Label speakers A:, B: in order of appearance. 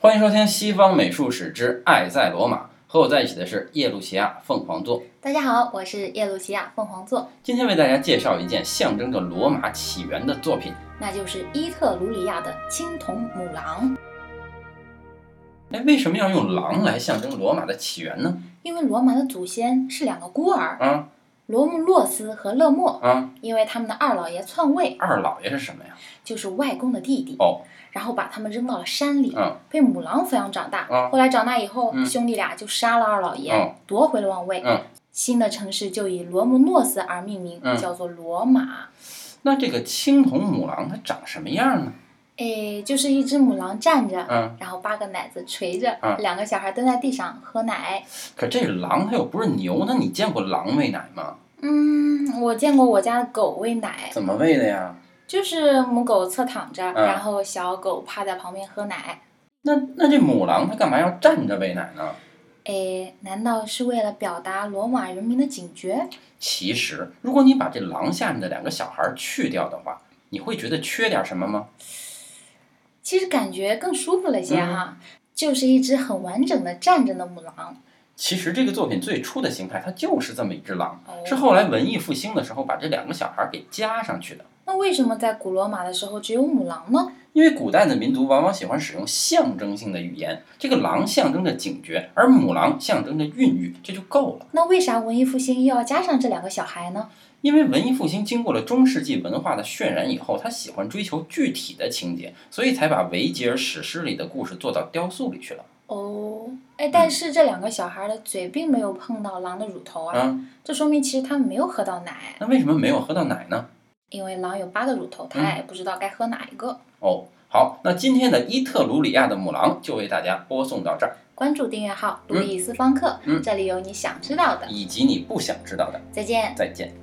A: 欢迎收听《西方美术史之爱在罗马》，和我在一起的是耶路齐亚啊凤凰座。
B: 大家好，我是耶路齐亚凤凰座，
A: 今天为大家介绍一件象征着罗马起源的作品。
B: 那就是伊特鲁里亚的青铜母狼。
A: 哎，为什么要用狼来象征罗马的起源呢？
B: 因为罗马的祖先是两个孤儿，
A: 啊
B: 罗穆洛斯和勒莫，
A: 啊，
B: 因为他们的二老爷篡位，
A: 二老爷是什么呀？
B: 就是外公的弟弟，
A: 哦，
B: 然后把他们扔到了山里，
A: 嗯
B: 被母狼抚养长大。
A: 嗯
B: 后来长大以后，
A: 嗯
B: 兄弟俩就杀了二老爷，
A: 嗯
B: 夺回了王位。
A: 嗯
B: 新的城市就以罗姆诺斯而命名，
A: 嗯
B: 叫做罗马。
A: 那这个青铜母狼它长什么样呢？
B: 诶，就是一只母狼站着，
A: 嗯，
B: 然后八个奶子垂着，
A: 嗯
B: 两个小孩蹲在地上喝奶。
A: 可这狼它又不是牛，那你见过狼喂奶吗？
B: 嗯，我见过我家的狗喂奶，
A: 怎么喂的呀？
B: 就是母狗侧躺着，
A: 嗯
B: 然后小狗趴在旁边喝奶。
A: 那那这母狼它干嘛要站着喂奶呢？
B: 诶，难道是为了表达罗马人民的警觉？
A: 其实，如果你把这狼下面的两个小孩去掉的话，你会觉得缺点什么吗？
B: 其实感觉更舒服了些
A: 嗯
B: 哈，就是一只很完整的站着的母狼。
A: 其实这个作品最初的形态，它就是这么一只狼，
B: 哦
A: 是后来文艺复兴的时候把这两个小孩给加上去的。
B: 那为什么在古罗马的时候只有母狼呢？
A: 因为古代的民族往往喜欢使用象征性的语言，这个狼象征着警觉，而母狼象征着孕育，这就够了。
B: 那为啥文艺复兴又要加上这两个小孩呢？
A: 因为文艺复兴经过了中世纪文化的渲染以后，他喜欢追求具体的情节，所以才把维吉尔史诗里的故事做到雕塑里去了。
B: 哦，哎，
A: 嗯
B: 但是这两个小孩的嘴并没有碰到狼的乳头啊，
A: 啊，
B: 这说明其实他们没有喝到奶，
A: 那为什么没有喝到奶呢？
B: 因为狼有八个乳头，
A: 嗯
B: 它也不知道该喝哪一个。
A: 哦，好，那今天的伊特鲁里亚的母狼就为大家播送到这儿，
B: 关注订阅号“
A: 嗯
B: 路易斯方克”，
A: 嗯
B: 这里有你想知道的。
A: 以及你不想知道的，
B: 再见。
A: 再见。